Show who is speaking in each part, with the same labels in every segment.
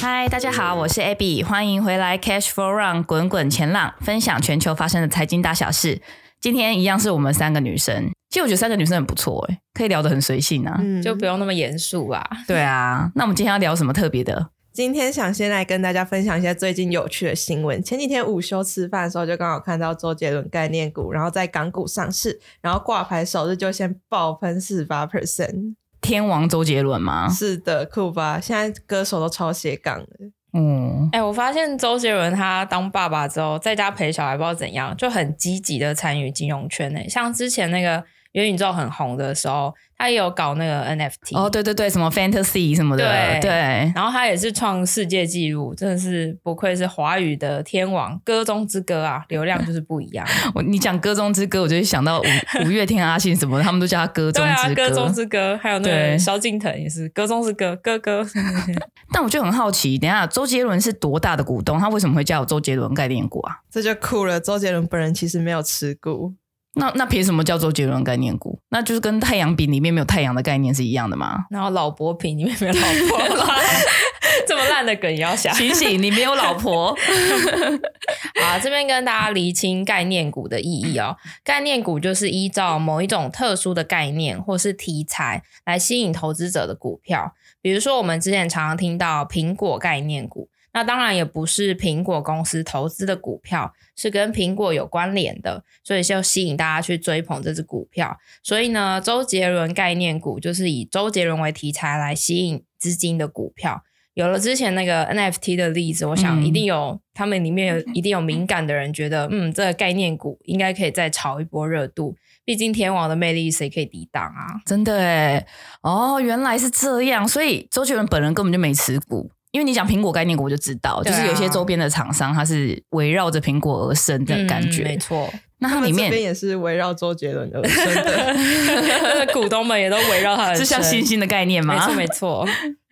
Speaker 1: 嗨，大家好，我是 Abby，欢迎回来 Cash for Run 滚滚前浪，分享全球发生的财经大小事。今天一样是我们三个女生，其实我觉得三个女生很不错哎、可以聊得很随性啊。
Speaker 2: 嗯，
Speaker 3: 就不用那么严肃吧。
Speaker 1: 对啊，那我们今天要聊什么特别的？
Speaker 2: 今天想先来跟大家分享一下最近有趣的新闻。前几天午休吃饭的时候，就刚好看到周杰伦概念股，然后在港股上市，然后挂牌首日就先爆喷四十八 percent。
Speaker 1: 天王周杰伦吗？
Speaker 2: 是的，酷吧？现在歌手都超斜杠的，
Speaker 1: 嗯，
Speaker 3: 哎、我发现周杰伦他当爸爸之后，在家陪小孩不知道怎样，就很积极的参与金融圈呢、欸像之前那个元宇宙很红的时候，他也有搞那个 NFT，、
Speaker 1: 哦，对对对，什么 Fantasy 什么的，
Speaker 3: 对
Speaker 1: 对
Speaker 3: 然后他也是创世界纪录，真的是不愧是华语的天王，歌中之歌啊，流量就是不一 样。
Speaker 1: 我你讲歌中之歌，我就想到五 五月天、阿信什么的，他们都叫他歌中
Speaker 3: 对
Speaker 1: 之
Speaker 3: 啊，
Speaker 1: 歌。
Speaker 3: 歌中之歌，还有那
Speaker 1: 对
Speaker 3: 个萧敬腾也是歌中之歌，哥哥。
Speaker 1: 但我就很好奇，等一下周杰伦是多大的股东？他为什么会叫周杰伦概念股啊？
Speaker 2: 这就酷了。周杰伦本人其实没有持股，
Speaker 1: 那那凭什么叫周杰伦概念股？那就是跟太阳饼里面没有太阳的概念是一样的 吗？
Speaker 3: 然后老婆品里面没有老婆啦， 这么烂的梗也要想。
Speaker 1: 醒醒，你没有老婆。
Speaker 3: 好啊，这边跟大家厘清概念股的意义哦。概念股就是依照某一种特殊的概念或是题材来吸引投资者的股票。比如说，我们之前常常听到苹果概念股，那当然也不是苹果公司投资的股票，是跟苹果有关联的，所以就吸引大家去追捧这只股票。所以呢，周杰伦概念股就是以周杰伦为题材来吸引资金的股票。有了之前那个 NFT 的例子，我想
Speaker 1: 嗯
Speaker 3: 一定有、他们里面有一定有敏感的人觉得，嗯，这个概念股应该可以再炒一波热度。毕竟天王的魅力谁可以抵挡啊？
Speaker 1: 真的哎，哦，原来是这样，所以周杰伦本人根本就没持股。因为你讲苹果概念股，我就知道，就
Speaker 3: 对啊
Speaker 1: 是有些周边的厂商，它是围绕着苹果而生的感觉。
Speaker 3: 嗯没错，
Speaker 1: 那它
Speaker 2: 他们
Speaker 1: 里
Speaker 2: 这边
Speaker 1: 面
Speaker 2: 也是围绕周杰伦而生的。
Speaker 3: 那个 股东们也都围绕他的
Speaker 1: 是
Speaker 3: 身，
Speaker 1: 像星星的概念吗？
Speaker 3: 没错没错，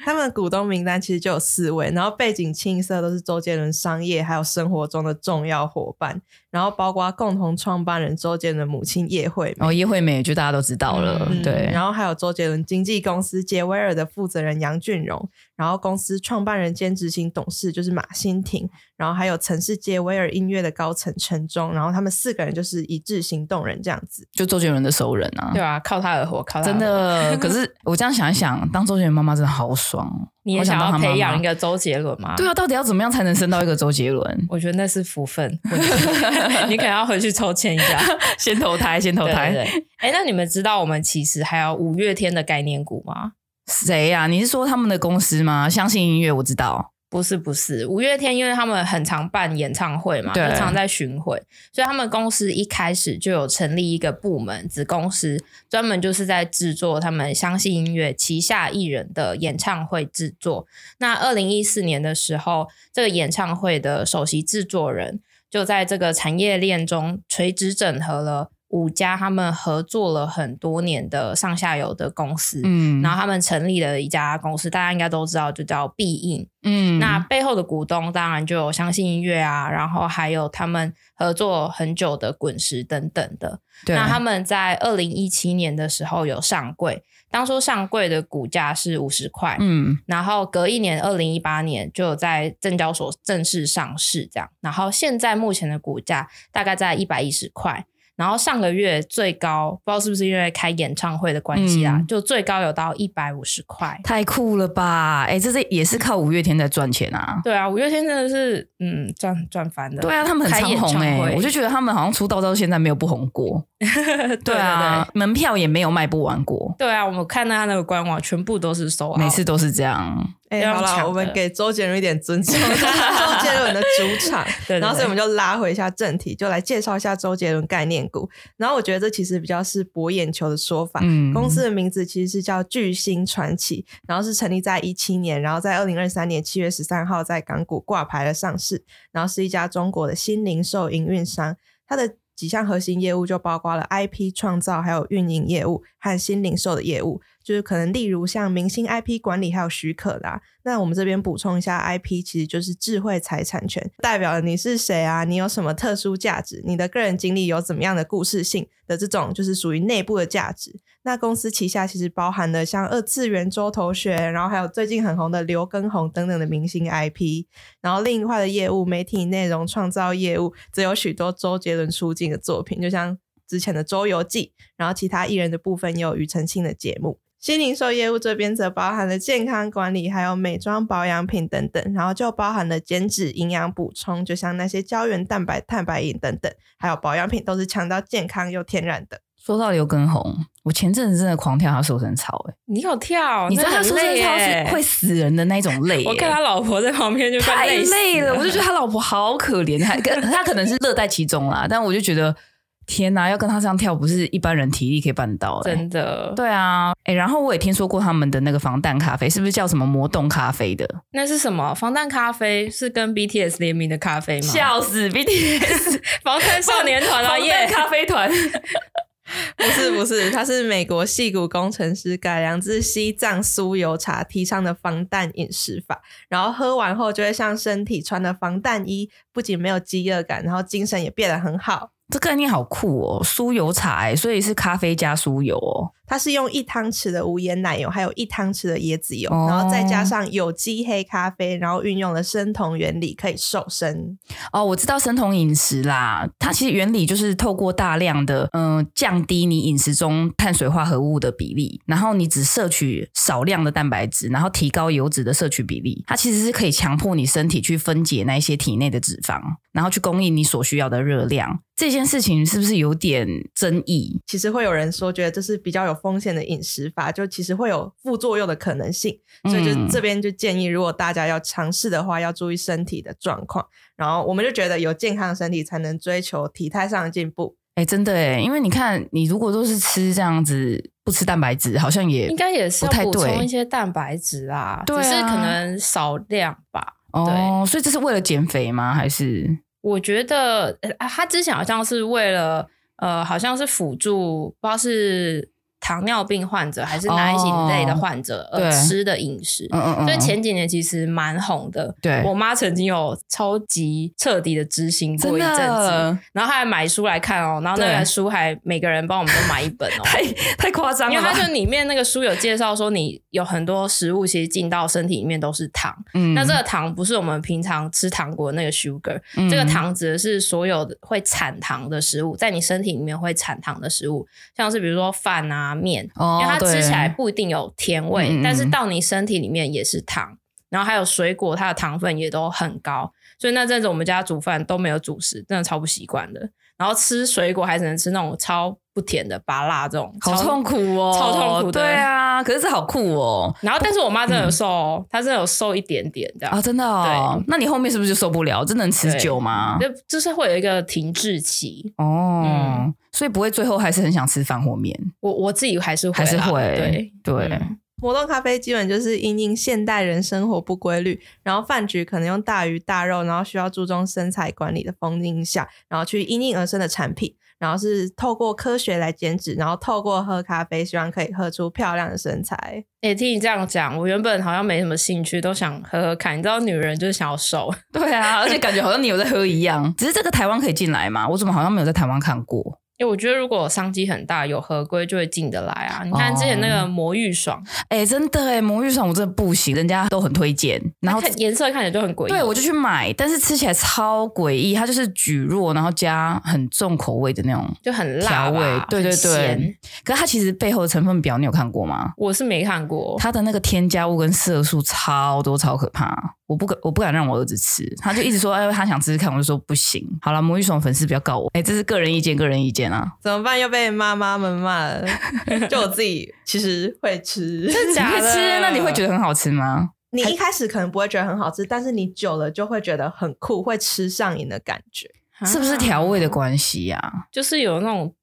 Speaker 2: 他们股东名单其实就有四位，然后背景清色都是周杰伦商业还有生活中的重要伙伴，然后包括共同创办人周杰伦的母亲叶惠
Speaker 3: 哦
Speaker 2: 美。
Speaker 1: 然后哦叶惠美就大家都知道了，
Speaker 3: 嗯
Speaker 1: 对。
Speaker 2: 然后还有周杰伦经纪公司杰威尔的负责人杨俊荣，然后公司创办人兼执行董事就是马欣婷，然后还有曾是杰威尔音乐的高层陈忠，然后他们四个人就是一致行动人这样子。
Speaker 1: 就周杰伦的熟人啊
Speaker 3: 对，啊，靠他而活，靠他而
Speaker 1: 真。
Speaker 3: 活
Speaker 1: 的。可是我这样想一想，当周杰伦妈妈真的好爽哦。
Speaker 3: 你也
Speaker 1: 好想
Speaker 3: 想
Speaker 1: 当
Speaker 3: 要
Speaker 1: 他妈妈
Speaker 3: 培养一个周杰伦吗？？
Speaker 1: 对啊，到底要怎么样才能生到一个周杰伦
Speaker 3: 我觉得那是福分，我觉得 你可能要回去抽签一下。
Speaker 1: 先投胎，先投
Speaker 3: 对
Speaker 1: 胎。
Speaker 3: 对对哎，那你们知道我们其实还有五月天的概念股吗？
Speaker 1: 谁呀、你是说他们的公司吗？相信音乐，我知道。
Speaker 3: 不是不是，五月天因为他们很常办演唱会嘛，
Speaker 1: 对
Speaker 3: 就常在巡回，所以他们公司一开始就有成立一个部门子公司，专门就是在制作他们相信音乐旗下艺人的演唱会制作。那二零一四年的时候，这个演唱会的首席制作人就在这个产业链中垂直整合了五家他们合作了很多年的上下游的公司。
Speaker 1: 嗯
Speaker 3: 然后他们成立了一家公司，大家应该都知道，就叫必应。
Speaker 1: 嗯
Speaker 3: 那背后的股东当然就有相信音乐啊，然后还有他们合作很久的滚石等等的。
Speaker 1: 对
Speaker 3: 那他们在二零一七年的时候有上柜，当初上柜的股价是五十块，
Speaker 1: 嗯
Speaker 3: 然后隔一年二零一八年就有在证交所正式上市，这样。然后现在目前的股价大概在一百一十块。然后上个月最高，不知道是不是因为开演唱会的关系啦，
Speaker 1: 嗯
Speaker 3: 就最高有到一百五十块。
Speaker 1: 太酷了吧？哎、这是也是靠五月天在赚钱啊。
Speaker 3: 对啊，五月天真的是嗯赚赚翻的。
Speaker 1: 对啊，他们很
Speaker 3: 开
Speaker 1: 常
Speaker 3: 演
Speaker 1: 红
Speaker 3: 唱
Speaker 1: 哎、
Speaker 3: 会
Speaker 1: 我就觉得他们好像出道到现在没有不红过。
Speaker 3: 对
Speaker 1: 对啊，
Speaker 3: 对
Speaker 1: 门票也没有卖不完过，
Speaker 3: 对对啊，我们看到他那个官网全部都是收啊，
Speaker 1: 每次都是这样。
Speaker 2: 哎、
Speaker 3: 要
Speaker 2: 好啦，
Speaker 3: 抢的
Speaker 2: 我们给周杰伦一点尊重， 这是周杰伦的主场。
Speaker 3: 对对对
Speaker 2: 然后，所以我们就拉回一下正题，就来介绍一下周杰伦概念股。然后，我觉得这其实比较是博眼球的说法。
Speaker 1: 嗯，
Speaker 2: 公司的名字其实是叫巨星传奇，然后是成立在一七年，然后在二零二三年七月十三号在港股挂牌了上市，然后是一家中国的新零售营运商，它的。几项核心业务就包括了 IP 创造，还有运营业务，和新零售的业务，就是可能例如像明星 IP 管理还有许可啦。那我们这边补充一下，IP 其实就是智慧财产权，代表了你是谁啊，你有什么特殊价值，你的个人经历有怎么样的故事性的这种，就是属于内部的价值。那公司旗下其实包含了像二次元周头旋，然后还有最近很红的刘畊宏等等的明星 IP，然后另外的业务、媒体内容创造业务，则有许多周杰伦出镜的作品，就像之前的《周游记》，然后其他艺人的部分也有庾澄庆的节目。新零售业务这边则包含了健康管理，还有美妆保养品等等，然后就包含了减脂、营养补充，就像那些胶原蛋白、蛋白饮等等，还有保养品都是强调健康又天然的。
Speaker 1: 说到刘畊宏，我前阵子真的狂跳他说声操，哎，
Speaker 3: 你有跳，
Speaker 1: 你知道
Speaker 3: 那
Speaker 1: 他
Speaker 3: 很
Speaker 1: 说声
Speaker 3: 累
Speaker 1: 操
Speaker 3: 耶
Speaker 1: 是会死人的那一种累、
Speaker 3: 我看
Speaker 1: 哎
Speaker 3: 他老婆在旁边就快
Speaker 1: 太
Speaker 3: 累死
Speaker 1: 累了，我就觉得
Speaker 3: 得
Speaker 1: 他老婆好可怜，他可他可能是乐在其中啦，但我就觉得天哪，要跟他这样跳，不是一般人体力可以办到、哎
Speaker 3: 真的，
Speaker 1: 对啊，哎、然后我也听说过他们的那个防弹咖啡，是不是叫什么魔动咖啡的？
Speaker 3: 那是什么？防弹咖啡是跟 BTS 联名的咖啡吗？
Speaker 1: 死 BTS
Speaker 3: 防弹少 年团啊耶！
Speaker 1: 咖啡团，
Speaker 2: 不是不是，他是美国戏骨工程师改良自西藏酥油茶提倡的防弹饮食法，然后喝完后就会像身体穿了防弹衣，不仅没有饥饿感，然后精神也变得很好。
Speaker 1: 这概念好酷哦，酥油茶哎、所以是咖啡加酥油哦，
Speaker 2: 它是用一汤匙的无盐奶油，还有一汤匙的椰子油，
Speaker 1: 哦
Speaker 2: 然后再加上有机黑咖啡，然后运用了生酮原理可以瘦身。
Speaker 1: 哦，我知道生酮饮食啦，它其实原理就是透过大量的嗯、呃降低你饮食中碳水化合物的比例，然后你只摄取少量的蛋白质，然后提高油脂的摄取比例，它其实是可以强迫你身体去分解那一些体内的脂肪，然后去供应你所需要的热量。这件事情是不是有点争议？
Speaker 2: 其实会有人说，觉得这是比较有风险的饮食法，就其实会有副作用的可能性。所以就
Speaker 1: 嗯
Speaker 2: 这边就建议，如果大家要尝试的话，要注意身体的状况。然后我们就觉得有健康的身体，才能追求体态上的进步。
Speaker 1: 哎、真的哎，因为你看，你如果都是吃这样子，不吃蛋白质，好像也
Speaker 3: 应该也是
Speaker 1: 不
Speaker 3: 要
Speaker 1: 太
Speaker 3: 补充
Speaker 1: 对
Speaker 3: 一些蛋白质啊，
Speaker 1: 对啊
Speaker 3: 只是可能少量吧。
Speaker 1: 哦。所以这是为了减肥吗？还是
Speaker 3: 我觉得呃他之前好像是为了呃，好像是辅助，不知道是糖尿病患者还是哪一型类的患者
Speaker 1: 哦对
Speaker 3: 而吃的饮食。
Speaker 1: 嗯嗯嗯，
Speaker 3: 所以前几年其实蛮红的，
Speaker 1: 对
Speaker 3: 我妈曾经有超级彻底的执行
Speaker 1: 真
Speaker 3: 过一阵子，
Speaker 1: 的
Speaker 3: 然后她还买书来看哦，然后那
Speaker 1: 对
Speaker 3: 本书还每个人帮我们都买一本 哦，
Speaker 1: 太太夸张
Speaker 3: 因
Speaker 1: 了
Speaker 3: 为
Speaker 1: 吧，
Speaker 3: 它就里面那个书有介绍说，你有很多食物其实进到身体里面都是糖，
Speaker 1: 嗯
Speaker 3: 那这个糖不是我们平常吃糖果的那个 sugar，、
Speaker 1: 嗯
Speaker 3: 这个糖指的是所有的会产糖的食物，在你身体里面会产糖的食物，像是比如说饭啊面，
Speaker 1: 哦
Speaker 3: 因为它
Speaker 1: 对
Speaker 3: 吃起来不一定有甜味，
Speaker 1: 嗯嗯嗯
Speaker 3: 但是到你身体里面也是糖。然后还有水果，它的糖分也都很高，所以那阵子我们家煮饭都没有主食，真的超不习惯的。然后吃水果还只能吃那种超不甜的芭辣这种，
Speaker 1: 好
Speaker 3: 超
Speaker 1: 痛苦哦，
Speaker 3: 超痛苦的
Speaker 1: 对啊，可是这好酷哦
Speaker 3: 然后，但是我妈真的有瘦哦，她真的有瘦一点点这样
Speaker 1: 啊，，真的哦。那你后面是不是就受不了？这能持
Speaker 3: 对
Speaker 1: 久吗？
Speaker 3: 就就是会有一个停滞期。
Speaker 1: 哦，
Speaker 3: 嗯
Speaker 1: 所以不会最后还是很想吃饭或面，
Speaker 3: 我我自己还是
Speaker 1: 还
Speaker 3: 会啦
Speaker 1: 是会
Speaker 3: 啊对
Speaker 1: 对
Speaker 3: 嗯
Speaker 2: 魔动咖啡基本就是因应现代人生活不规律，然后饭局可能用大鱼大肉，然后需要注重身材管理的风景下，然后去因应而生的产品，然后是透过科学来减脂，然后透过喝咖啡，希望可以喝出漂亮的身材。
Speaker 3: 哎、听你这样讲，我原本好像没什么兴趣，都想喝喝看。你知道，女人就是想要瘦，
Speaker 1: 对啊，而且感觉好像你有在喝一 样。只是这个台湾可以进来吗？我怎么好像没有在台湾看过？
Speaker 3: 因为我觉得如果商机很大，有合规就会进得来啊。你看之前那
Speaker 1: 哦
Speaker 3: 个魔芋爽，
Speaker 1: 哎、真的哎，魔芋爽我真的不行，人家都很推荐，然后
Speaker 3: 它看颜色看起来就很诡异。
Speaker 1: 对我就去买，但是吃起来超诡异，它就是蒟蒻，然后加很重口味的那种。
Speaker 3: 就很
Speaker 1: 调
Speaker 3: 辣
Speaker 1: 味
Speaker 3: 吧，
Speaker 1: 对对
Speaker 3: 很
Speaker 1: 对
Speaker 3: 咸
Speaker 1: 可是它其实背后的成分表你有看过吗？
Speaker 3: 我是没看过。
Speaker 1: 它的那个添加物跟色素超多，超可怕。我不敢，我不敢让我儿子吃，他就一直说，哎，他想吃吃看，我就说不行。好了，魔芋爽粉丝不要告我，哎，这是个人意见，个人意见啊。
Speaker 2: 怎么办？又被妈妈们骂了。 就我自己其实会吃，
Speaker 3: 真
Speaker 1: 你
Speaker 3: 假
Speaker 1: 会
Speaker 3: 的
Speaker 1: 吃，那你会觉得很好吃吗？
Speaker 2: 你一开始可能不会觉得很好吃，但是你久了就会觉得很酷，会吃上瘾的感觉。
Speaker 1: 是不是调味的
Speaker 3: 啊？
Speaker 1: 关系呀、啊？
Speaker 3: 就是有那种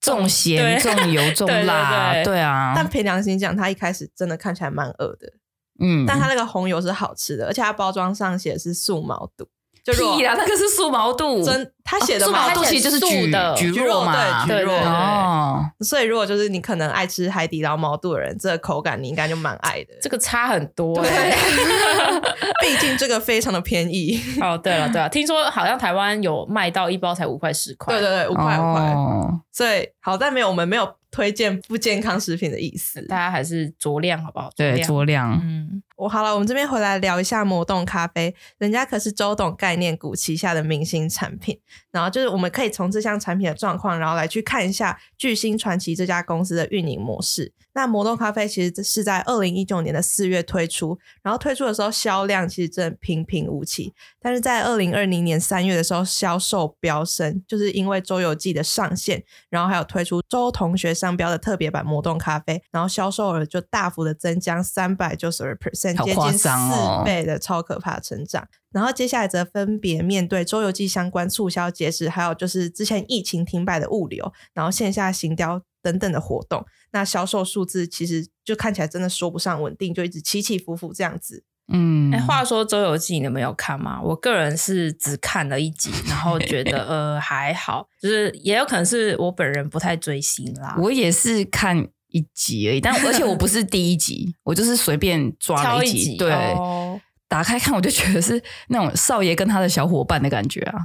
Speaker 1: 重咸、
Speaker 3: 对
Speaker 1: 重 油、重辣，
Speaker 3: 对对对
Speaker 1: 啊。
Speaker 2: 但凭良心讲，它一开始真的看起来蛮恶的，
Speaker 1: 嗯，
Speaker 2: 但它那个红油是好吃的，而且它包装上写是素毛肚，就如果
Speaker 1: 屁啦，那个是素毛肚，
Speaker 2: 真他写的
Speaker 1: 素
Speaker 2: 嘛
Speaker 1: 毛
Speaker 3: 它
Speaker 1: 肚
Speaker 3: 写
Speaker 1: 其实就是
Speaker 3: 素
Speaker 1: 菊
Speaker 3: 的
Speaker 1: 菊
Speaker 2: 菊肉
Speaker 1: 嘛，
Speaker 2: 对
Speaker 3: 对
Speaker 2: 菊肉
Speaker 3: 对，
Speaker 1: 哦，
Speaker 2: 所以如果就是你可能爱吃海底捞毛肚的人，这个口感你应该就蛮爱的。
Speaker 3: 这个差很多、欸。
Speaker 2: 对，毕竟这个非常的便宜。
Speaker 3: 哦，对了对了，听说好像台湾有卖到一包才五块十块。
Speaker 2: 对对对，五
Speaker 1: 五
Speaker 2: 块五块。
Speaker 1: 哦、
Speaker 2: 所以好在没有我们没有推荐不健康食品的意思。
Speaker 3: 大家还是酌量好不好？
Speaker 1: 对，
Speaker 3: 酌量。
Speaker 1: 酌量。
Speaker 3: 嗯，
Speaker 2: 我好了，我们这边回来聊一下魔动咖啡，人家可是周董概念股旗下的明星产品。然后就是我们可以从这项产品的状况，然后来去看一下巨星传奇这家公司的运营模式。那魔动咖啡其实是在二零一九年的四月推出，然后推出的时候销量其实真的平平无奇，但是在二零二零年三月的时候销售飙升，就是因为周游记的上线，然后还有推出周同学商标的特别版魔动咖啡，然后销售额就大幅的增加三百九十二 percent，
Speaker 1: 好
Speaker 2: 接
Speaker 1: 夸
Speaker 2: 近四
Speaker 1: 张哦
Speaker 2: 倍的超可怕成长。然后接下来则分别面对周游记相关促销节食，还有就是之前疫情停摆的物流，然后线下行销等等的活动。那销售数字其实就看起来真的说不上稳定，就一直起起伏伏这样子。
Speaker 1: 嗯，
Speaker 3: 哎、话说《周游记》，你们有看吗？我个人是只看了一集，然后 觉得呃还好，就是也有可能是我本人不太追星啦。
Speaker 1: 我也是看一集而已，但而且我不是第一集，我就是随便抓
Speaker 3: 挑
Speaker 1: 了
Speaker 3: 一
Speaker 1: 集，
Speaker 3: 集
Speaker 1: 对。
Speaker 3: 哦
Speaker 1: 打开看，我就觉得是那种少爷跟他的小伙伴的感觉 啊。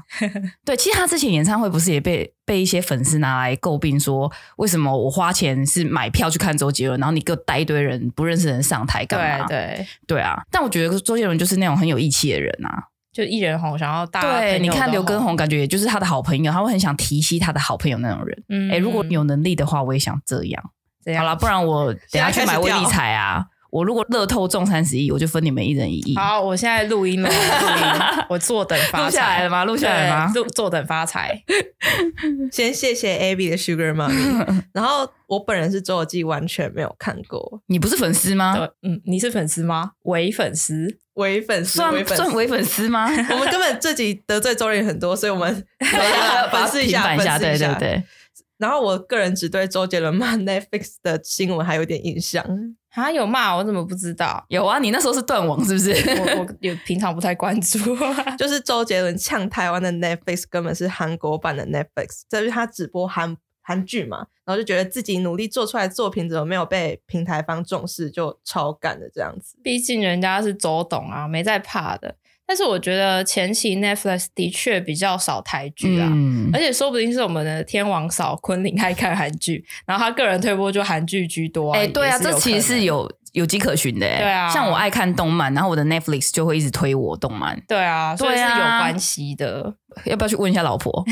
Speaker 1: 对，其实他之前演唱会不是也被被一些粉丝拿来诟病说，为什么我花钱是买票去看周杰伦，然后你给我带一堆人不认识的人上台干嘛？
Speaker 3: 对对，
Speaker 1: 对啊，但我觉得周杰伦就是那种很有义气的人啊。
Speaker 3: 就艺人红，想要大家
Speaker 1: 对，
Speaker 3: 朋
Speaker 1: 你
Speaker 3: 友
Speaker 1: 看
Speaker 3: 都
Speaker 1: 刘畊宏，感觉也就是他的好朋友，他会很想提携他的好朋友那种人。
Speaker 3: 嗯，
Speaker 1: 哎、如果你有能力的话，我也想这样。
Speaker 3: 这样
Speaker 1: 好了，不然我等下
Speaker 2: 现在开
Speaker 1: 去
Speaker 2: 始
Speaker 1: 买微
Speaker 2: 掉
Speaker 1: 利彩啊！我如果乐透中三十亿，我就分你们一人一亿。
Speaker 3: 好，我现在录音了，录音我坐等发 财
Speaker 1: 录下来了吗录下来了吗
Speaker 3: 对坐坐等发财。
Speaker 1: 嗯
Speaker 2: 先谢谢 Abby 的 Sugar Mommy，然 后我本人是周游记完全没有看过，
Speaker 1: 你不是粉丝吗？
Speaker 3: 对，嗯，你是粉丝吗？伪粉丝，
Speaker 2: 伪粉丝，
Speaker 1: 算
Speaker 2: 伪粉丝
Speaker 1: 算伪粉丝吗？
Speaker 2: 我们根本这集得罪周人很多，所以 我们
Speaker 1: 把
Speaker 2: 粉
Speaker 1: 它
Speaker 2: 丝一
Speaker 1: 平
Speaker 2: 下，
Speaker 1: 反
Speaker 2: 粉
Speaker 1: 一
Speaker 2: 丝
Speaker 1: 下，对
Speaker 2: 一
Speaker 1: 对
Speaker 2: 下。
Speaker 1: 对。
Speaker 2: 然后我个人只对周杰伦骂 Netflix 的新闻还有点印象，
Speaker 3: 啊，有骂我怎么不知道？
Speaker 1: 有啊，你那时候是断网是不是？
Speaker 3: 我我有平常不太关注，
Speaker 2: 就是周杰伦呛台湾的 Netflix 根本是韩国版的 Netflix，就是他只播韩韩剧嘛，然后就觉得自己努力做出来的作品怎么没有被平台方重视，就超感的这样子。
Speaker 3: 毕竟人家是周董啊，没在怕的。但是我觉得前期 Netflix 的确比较少台剧啊。
Speaker 1: 嗯
Speaker 3: 而，且说不定是我们的天王嫂 昆凌爱看韩剧，然后她个人推播就韩剧居多啊。
Speaker 1: 哎，对啊，
Speaker 3: 也是有
Speaker 1: 这其实
Speaker 3: 可能
Speaker 1: 是有有迹可循的。哎
Speaker 3: 对啊
Speaker 1: 像我爱看动漫，然后我的 Netflix 就会一直推我动漫，
Speaker 3: 对啊，所以
Speaker 1: 对
Speaker 3: 是有
Speaker 1: 啊
Speaker 3: 关系的。
Speaker 1: 要不要去问一下老婆？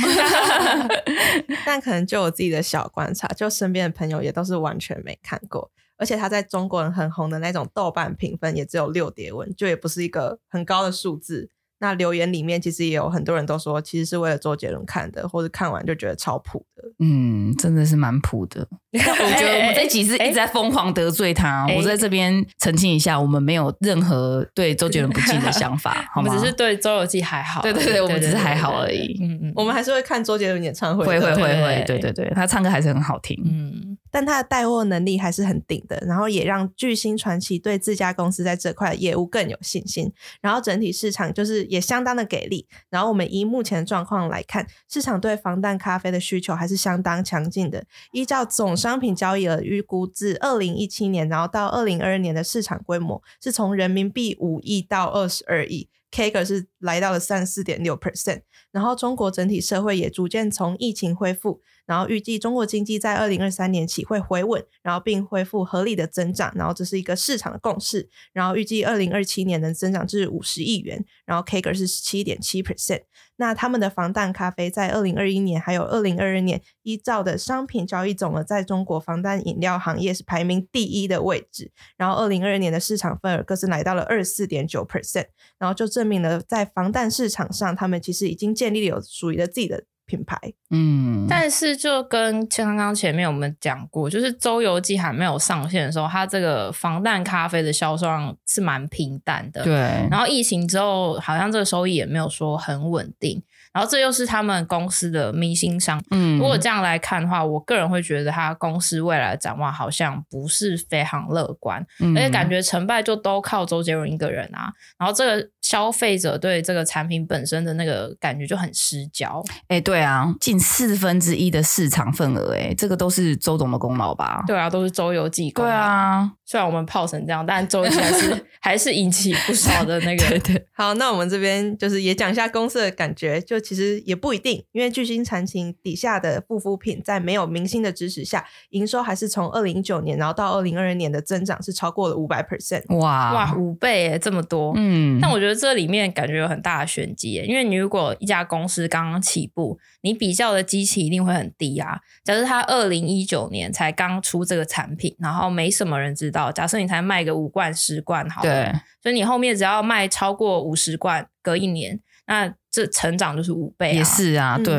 Speaker 2: 但可能就我自己的小观察，就身边的朋友也都是完全没看过，而且他在中国人很红的那种豆瓣评分也只有六叠文，就也不是一个很高的数字。那留言里面其实也有很多人都说，其实是为了周杰伦看的，或者看完就觉得超普的。
Speaker 1: 嗯，真的是蛮普的。 我觉得我们这集是一直在疯狂得罪他，
Speaker 3: 哎
Speaker 1: 我在这边澄清一下，我们没有任何对周杰伦不敬的想 法，好
Speaker 3: 哎我
Speaker 1: 吗？
Speaker 3: 们只是对周游记还好而已，
Speaker 1: 对对对我们只是还好而已
Speaker 3: 对对对对嗯嗯，
Speaker 2: 我们还是会看周杰伦演唱会的，
Speaker 1: 会会会会，
Speaker 3: 对
Speaker 1: 对对对，他唱歌还是很好听。
Speaker 3: 嗯，
Speaker 2: 但他的带货能力还是很顶的，然后也让巨星传奇对自家公司在这块业务更有信心，然后整体市场就是也相当的给力。然后我们以目前的状况来看，市场对防弹咖啡的需求还是相当强劲的。依照总商品交易额预估，自二零一七年然后到二零二二年的市场规模是从人民币五亿到二十二亿。K 个是来到了三四点六 percent，然后中国整体社会也逐渐从疫情恢复，然后预计中国经济在二零二三年起会回稳，然后并恢复合理的增长，然后这是一个市场的共识，然后预计二零二七年能增长至五十亿元，然后 CAGR 是十七点七 percent。那他们的防弹咖啡在二零二一年还有二零二二年依照的商品交易总额，在中国防弹饮料行业是排名第一的位置，然后二零二二年的市场份额更是来到了二四点九 percent。然后就证明了在防弹市场上，他们其实已经建立了有属于的自己的品牌。
Speaker 1: 嗯，
Speaker 3: 但是就跟刚刚前面我们讲过，就是周游记还没有上线的时候，它这个防弹咖啡的销售量是蛮平淡的。
Speaker 1: 对，
Speaker 3: 然后疫情之后，好像这个收益也没有说很稳定。然后这又是他们公司的明星商。
Speaker 1: 嗯，
Speaker 3: 如果这样来看的话，我个人会觉得他公司未来的展望好像不是非常乐观，
Speaker 1: 嗯
Speaker 3: 而且感觉成败就都靠周杰伦一个人啊。然后这个消费者对这个产品本身的那个感觉就很失焦。
Speaker 1: 哎、对啊，近四分之一的市场份额，哎，这个都是周董的功劳吧？
Speaker 3: 对啊，都是周游记功。
Speaker 1: 对，啊，
Speaker 3: 虽然我们泡成这样，但周游记还 是还是引起不少的那个。对对
Speaker 2: 好，那我们这边就是也讲一下公司的感觉，就其实也不一定，因为巨星产品底下的护肤品在没有明星的支持下，营收还是从二零一九年然后到二零二二年的增长是超过了五百 percent。
Speaker 1: 哇
Speaker 3: 哇，，五倍耶，这么多。
Speaker 1: 啊嗯，
Speaker 3: 但我觉得这里面感觉有很大的玄机耶，因为你如果一家公司刚刚起步，你比较的基期一定会很低啊。假设它二零一九年才刚出这个产品，然后没什么人知道，假设你才卖个五罐十罐好了，
Speaker 1: 对，
Speaker 3: 所以你后面只要卖超过五十罐，隔一年，那这成长就是五倍、啊，
Speaker 1: 也是啊，
Speaker 2: 嗯
Speaker 1: 对，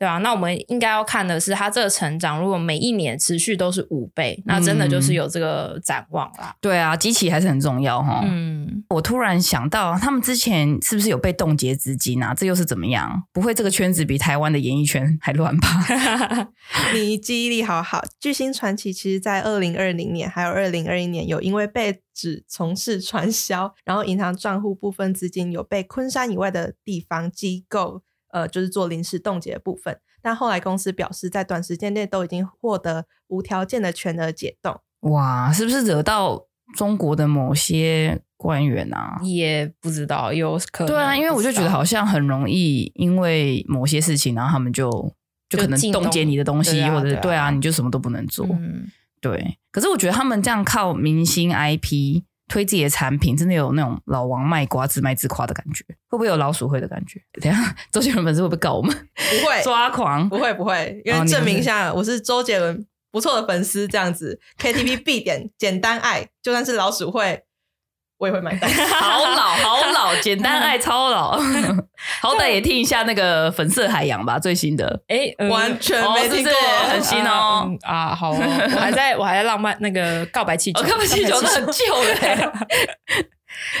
Speaker 3: 对啊，那我们应该要看的是它这个成长，如果每一年持续都是五倍，那真的
Speaker 1: 嗯
Speaker 3: 就是有这个展望啦。
Speaker 1: 对啊，机器还是很重要哈。
Speaker 3: 嗯，
Speaker 1: 我突然想到，他们之前是不是有被冻结资金啊？这又是怎么样？不会这个圈子比台湾的演艺圈还乱吧？
Speaker 2: 你记忆力好好。巨星传奇其实在二零二零年还有二零二一年有因为被指从事传销，然后银行账户部分资金有被昆山以外的地方机构，呃，就是做临时冻结的部分。但后来公司表示，在短时间内都已经获得无条件的全额解冻。
Speaker 1: 哇，是不是惹到中国的某些官员啊？
Speaker 3: 也不知道有可能。
Speaker 1: 对啊，因为我就觉得好
Speaker 3: 像
Speaker 1: 像很容易，因为某些事情，然后他们就就
Speaker 3: 就
Speaker 1: 可能
Speaker 3: 禁
Speaker 1: 冻结
Speaker 3: 东
Speaker 1: 你的东西，
Speaker 3: 对啊
Speaker 1: 或者
Speaker 3: 对啊
Speaker 1: 对啊，你就什么都不能做。
Speaker 3: 嗯，
Speaker 1: 对，可是我觉得他们这样靠明星 IP 推自己的产品，真的有那种老王卖瓜自卖自夸的感觉，会不会有老鼠会的感觉？等一下周杰伦粉丝会不会告我们
Speaker 2: 不会，
Speaker 1: 抓狂？
Speaker 2: 不会，不会，因
Speaker 1: 哦
Speaker 2: 为
Speaker 1: 你
Speaker 2: 证
Speaker 1: 哎不
Speaker 2: 明
Speaker 1: 是
Speaker 2: 一下，我是周杰伦不错的粉丝，这 样子 KTV 必点，简单爱，就算是老鼠会，我也会买单。
Speaker 1: 好老，好老，简单爱超老，好歹也听一下那个粉色海洋吧，最新的。
Speaker 3: 哎、嗯
Speaker 2: 完全
Speaker 1: 哦
Speaker 2: 没
Speaker 1: 是
Speaker 2: 听
Speaker 1: 不
Speaker 2: 过
Speaker 1: 是，很新
Speaker 3: 啊
Speaker 1: 哦
Speaker 3: 嗯？啊，好哦、我还在我还在浪漫那个告白哦气球，
Speaker 1: 我看不起球都很旧了欸，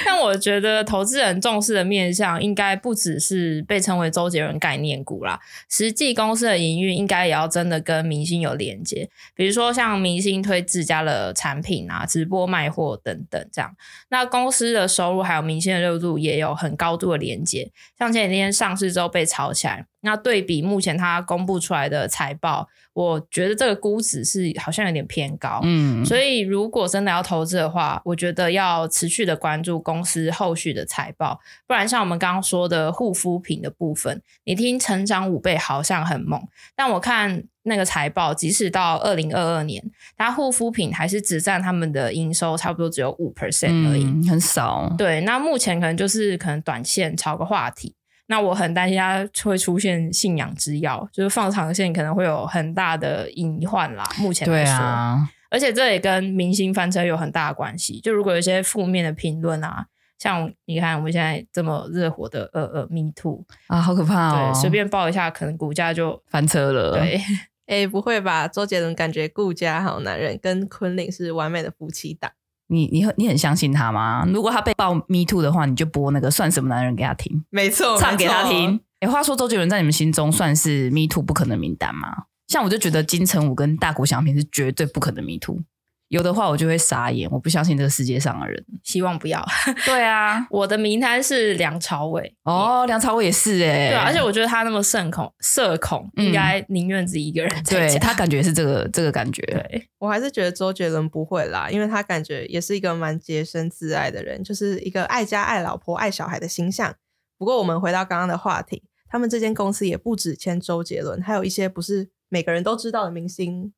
Speaker 3: 但我觉得投资人重视的面向，应该不只是被称为周杰伦概念股啦，实际公司的营运应该也要真的跟明星有连接，比如说像明星推自家的产品啊、直播卖货等等这样。那公司的收入还有明星的热度也有很高度的连接，像前几天上市之后被炒起来，那对比目前它公布出来的财报，我觉得这个估值是好像有点偏高，
Speaker 1: 嗯，
Speaker 3: 所以，如果真的要投资的话，我觉得要持续的关注公司后续的财报，不然像我们刚刚说的护肤品的部分，你听成长五倍好像很猛，但我看那个财报，即使到二零二二年，它护肤品还是只占他们的营收差不多只有五 percent 而已。
Speaker 1: 嗯很少，
Speaker 3: 对，那目前可能就是可能短线炒个话题。那我很担心它会出现信仰之药，就是放长线可能会有很大的隐患啦。目前
Speaker 1: 对
Speaker 3: 来说，
Speaker 1: 啊，
Speaker 3: 而且这也跟明星翻车有很大的关系。就如果有一些负面的评论啊，像你看我们现在这么热火的呃呃 Me Too，、
Speaker 1: 啊，好可怕哦，呃
Speaker 3: 对，随便报一下，可能股价就
Speaker 1: 翻车了，
Speaker 3: 对，
Speaker 2: 哎、不会吧？周杰伦感觉顾家好男人跟昆凌是完美的夫妻档。
Speaker 1: 你你很你很相信他吗？如果他被爆 Me Too 的话，你就播那个算什么男人给他听，
Speaker 2: 没 错，
Speaker 1: 唱给他
Speaker 2: 没错
Speaker 1: 听。。哎、话说周杰伦在你们心中算是 Me Too 不可能名单吗？像我就觉得金城武跟大谷翔平是绝对不可能 Me Too，有的话我就会傻眼，我不相信这个世界上的人。
Speaker 3: 希望不要。
Speaker 1: 对啊，
Speaker 3: 我的名单是梁朝伟，
Speaker 1: 哦，梁朝伟也是哎、
Speaker 3: 对啊、而且我觉得他那么社恐，社恐
Speaker 1: 嗯
Speaker 3: 应该宁愿自己一个人在
Speaker 1: 对
Speaker 3: 家。
Speaker 1: 他感觉是这个这个感觉，
Speaker 3: 对
Speaker 2: 我还是觉得周杰伦不会啦，因为他感觉也是一个蛮洁身自爱的人，就是一个爱家、爱老婆、爱小孩的形象。不过，我们回到刚刚的话题，他们这间公司也不止签周杰伦，还有一些不是每个人都知道的明星。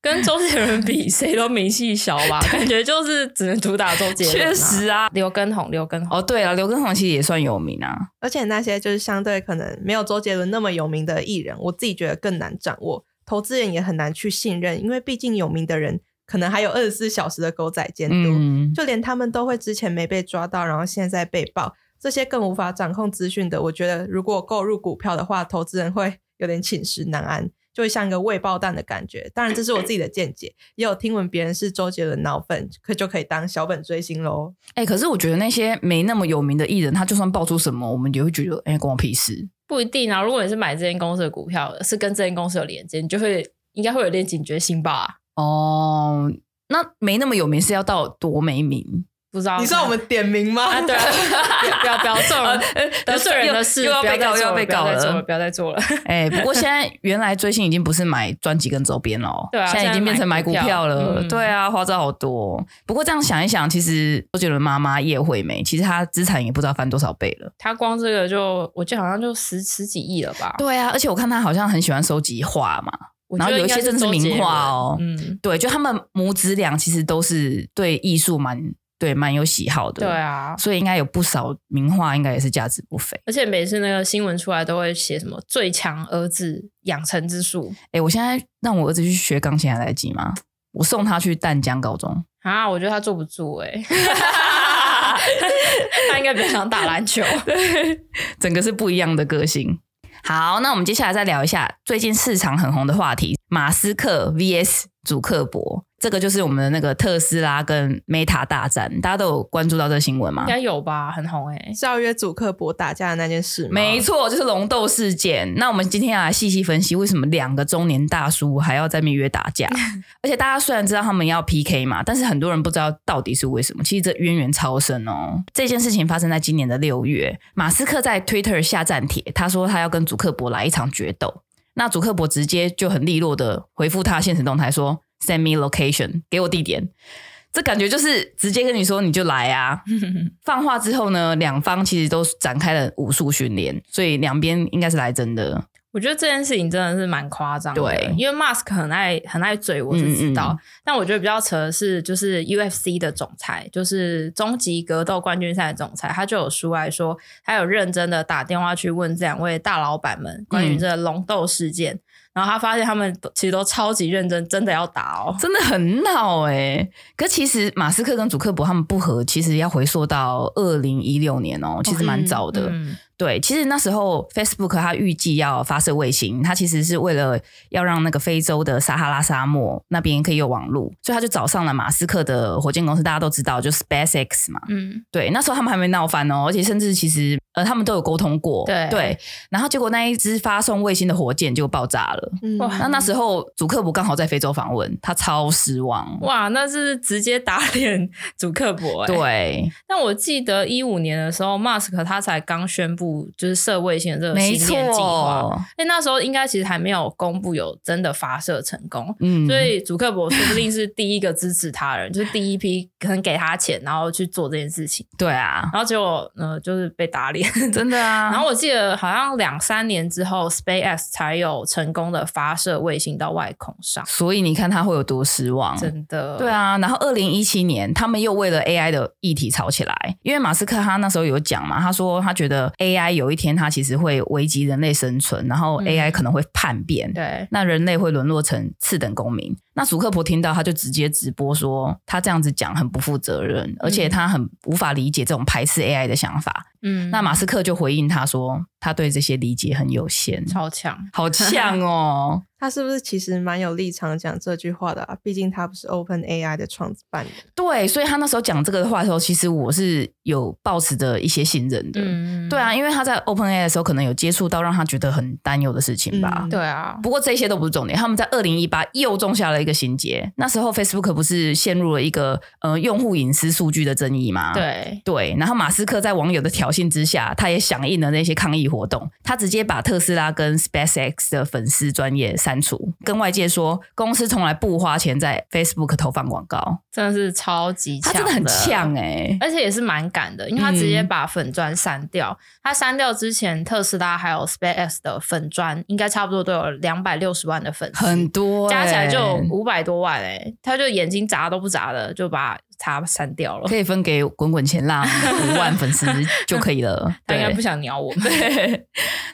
Speaker 3: 跟周杰伦比，谁都名气小 吧，感觉就是只能主打周杰伦、
Speaker 1: 确实
Speaker 3: 啊，刘畊宏，刘畊宏，
Speaker 1: 哦，对了，刘畊宏其实也算有名啊，
Speaker 2: 而且那些就是相对可能没有周杰伦那么有名的艺人，我自己觉得更难掌握，投资人也很难去信任，因为毕竟有名的人可能还有二十四小时的狗仔监督。
Speaker 1: 嗯，
Speaker 2: 就连他们都会之前没被抓到，然后现在被爆，这些更无法掌控资讯的，我觉得如果购入股票的话，投资人会有点寝食难安，就会像一个未爆弹的感觉。当然，这是我自己的见解，也有听闻别人是周杰伦脑粉，可就可以当小本追星喽。
Speaker 1: 哎、可是我觉得那些没那么有名的艺人，他就算爆出什么，我们也会觉得哎、关我屁事。
Speaker 3: 不一定啊。如果你是买这间公司的股票的，是跟这间公司有连接，你就会应该会有点警觉心吧？
Speaker 1: 哦，那没那么有名是要到多没名？
Speaker 3: 不知道
Speaker 2: 你知道我们点名吗？
Speaker 3: 啊？对啊，不要不要不要中了。得罪人的事，
Speaker 1: 呃又又要
Speaker 3: 不
Speaker 1: 被告，又
Speaker 3: 再做
Speaker 1: 要
Speaker 3: 了
Speaker 1: 被告
Speaker 3: 不要再做 了，
Speaker 1: 了。
Speaker 3: 不要再做了。
Speaker 1: 哎、不过现 在原来追星已经不是买专辑跟周边了哦，
Speaker 3: 对啊
Speaker 1: 现在已经变成买股票
Speaker 3: 现在买股
Speaker 1: 了。
Speaker 3: 票嗯
Speaker 1: 对啊，花招好多。不过这样想一想，其实周杰伦妈妈叶惠美，其实她资产也不知道翻多少倍了。
Speaker 3: 他光这个就，我记得好像就十十几亿了吧？
Speaker 1: 对啊，而且我看她好像很喜欢收集画嘛。
Speaker 3: 我
Speaker 1: 然后
Speaker 3: 觉得
Speaker 1: 有
Speaker 3: 应
Speaker 1: 一
Speaker 3: 该
Speaker 1: 些真的是
Speaker 3: 周杰
Speaker 1: 名画哦
Speaker 3: 伦嗯，
Speaker 1: 对，就他们母子俩其实都是对艺术蛮对蛮有喜好的。
Speaker 3: 对。啊。
Speaker 1: 所以应该有不少名画，应该也是价值不菲。
Speaker 3: 而且每次那个新闻出来都会写什么“最强儿子养成之术
Speaker 1: 哎、我现在让我儿子去学钢琴还来得及吗？我送他去淡江高中。”
Speaker 3: 啊，我觉得他坐不住 哎、 他应该比较想打篮 球。
Speaker 1: 整个是不一样的个性。好，那我们接下来再聊一下最近市场很红的话题：马斯克 VS 祖克伯。这个就是我们的那个特斯拉跟 Meta 大战，大家都有关注到这个新闻吗
Speaker 3: 应？该有吧，很红哎、
Speaker 2: 是要约祖克伯打架的那件事吗？
Speaker 1: 没错，就是龙斗事件。那我们今天要来细细分析，为什么两个中年大叔还要在蜜月打架？而且大家虽然知道他们要 PK 嘛，但是很多人不知道到底是为什么。其实这渊源超深哦。这件事情发生在今年的六月，马斯克在 Twitter 下战帖，他说他要跟祖克伯来一场决斗。那祖克伯直接就很利落的回复他现实动态说：“Send me location，给我地点。”这感觉就是直接跟你说你就来啊，放话之后呢，两方其实都展开了武术训练，所以两边应该是来真的。
Speaker 3: 我觉得这件事情真的是蛮夸张的，
Speaker 1: 对
Speaker 3: 因为 Mask 很爱很爱嘴，我是知
Speaker 1: 嗯
Speaker 3: 道。
Speaker 1: 嗯
Speaker 3: 但我觉得比较扯的是，就是 UFC 的总裁，就是终极格斗冠军赛的总裁，他就有出来说，他有认真的打电话去问这两位大老板们关
Speaker 1: 嗯
Speaker 3: 于这个龙斗事件，然后他发现他们都其实都超级认真，真的要打哦。
Speaker 1: 真的很闹哎、可其实马斯克跟祖克伯他们不和，其实要回溯到二零一六年哦、其实蛮早的。
Speaker 3: 嗯嗯
Speaker 1: 对，其实那时候 Facebook 它预计要发射卫星，它其实是为了要让那个非洲的撒哈拉沙漠那边可以有网路，所以他就找上了马斯克的火箭公司，大家都知道，就 SpaceX 嘛。
Speaker 3: 嗯，
Speaker 1: 对，那时候他们还没闹翻哦，而且甚至其实呃，他们都有沟通过，
Speaker 3: 对
Speaker 1: 然后结果那一只发送卫星的火箭就爆炸了。
Speaker 2: 嗯
Speaker 3: 哇
Speaker 1: 那那时候祖克伯刚好在非洲访问，他超失望。
Speaker 3: 哇，那是直接打脸 主克伯、欸，
Speaker 1: 对，
Speaker 3: 但我记得一五年的时候，Mask 他才刚宣布就是射卫星的这个
Speaker 1: 没
Speaker 3: 新年计划，
Speaker 1: 错，
Speaker 3: 因为那时候应该其实还没有公布有真的发射成功，
Speaker 1: 嗯，
Speaker 3: 所以祖克伯说不定是第一个支持他的人，就是第一批可能给他钱，然后去做这件事情，
Speaker 1: 对啊，
Speaker 3: 然后结果呃就是被打脸。
Speaker 1: 真的啊。
Speaker 3: 然后我记得好像两三年之后，SpaceX 才有成功的发射卫星到外空上，
Speaker 1: 所以你看他会有多失望。
Speaker 3: 真的。
Speaker 1: 对，啊，然后二零一七年，他们又为了 AI 的议题吵起来，因为马斯克他那时候有讲嘛，他说他觉得 AI 有一天他其实会危及人类生存，然后
Speaker 3: 嗯
Speaker 1: AI 可能会叛变，
Speaker 3: 对，
Speaker 1: 那人类会沦落成次等公民。那祖克伯听到，他就直接直播说，他这样子讲很不负责任，而且他很无法理解这种排斥 AI 的想法。
Speaker 3: 嗯，
Speaker 1: 那马斯克就回应他说，他对这些理解很有限。
Speaker 3: 超强，
Speaker 1: 好呛 哦！
Speaker 2: 他是不是其实蛮有立场讲这句话的、啊？毕竟他不是 Open AI 的创办人。
Speaker 1: 对，所以他那时候讲这个话的时候，其实我是有抱持着一些信任的。
Speaker 3: 嗯，
Speaker 1: 对啊，因为他在 OpenAI 的时候，可能有接触到让他觉得很担忧的事情吧。
Speaker 2: 嗯
Speaker 3: 对啊，
Speaker 1: 不过这些都不是重点，他们在二零一八又种下了一个心结。那时候 Facebook 不是陷入了一个呃用户隐私数据的争议吗？。
Speaker 3: 对，
Speaker 1: 对，啊然后马斯克在网友的挑衅之下，他也响应了那些抗议活动，他直接把特斯拉跟 SpaceX 的粉丝专业删除，跟外界说公司从来不花钱在 Facebook 投放广告，
Speaker 3: 真的是超级
Speaker 1: 他
Speaker 3: 强，
Speaker 1: 真的很呛哎、
Speaker 3: 而且也是蛮赶的，因为他直
Speaker 1: 嗯
Speaker 3: 接把粉砖删掉。他删掉之前，特斯拉还有 SpaceX 的粉砖，应该差不多都有两百六十万的粉丝，
Speaker 1: 很多、
Speaker 3: 啊加起来就
Speaker 1: 欸
Speaker 3: 五百多万哎、他就眼睛眨都不眨的就把他删掉了
Speaker 1: 可。以分给滚滚前 浪五万粉丝就可以了。
Speaker 3: 他
Speaker 1: 对
Speaker 3: 应该不想鸟我们。
Speaker 1: 对，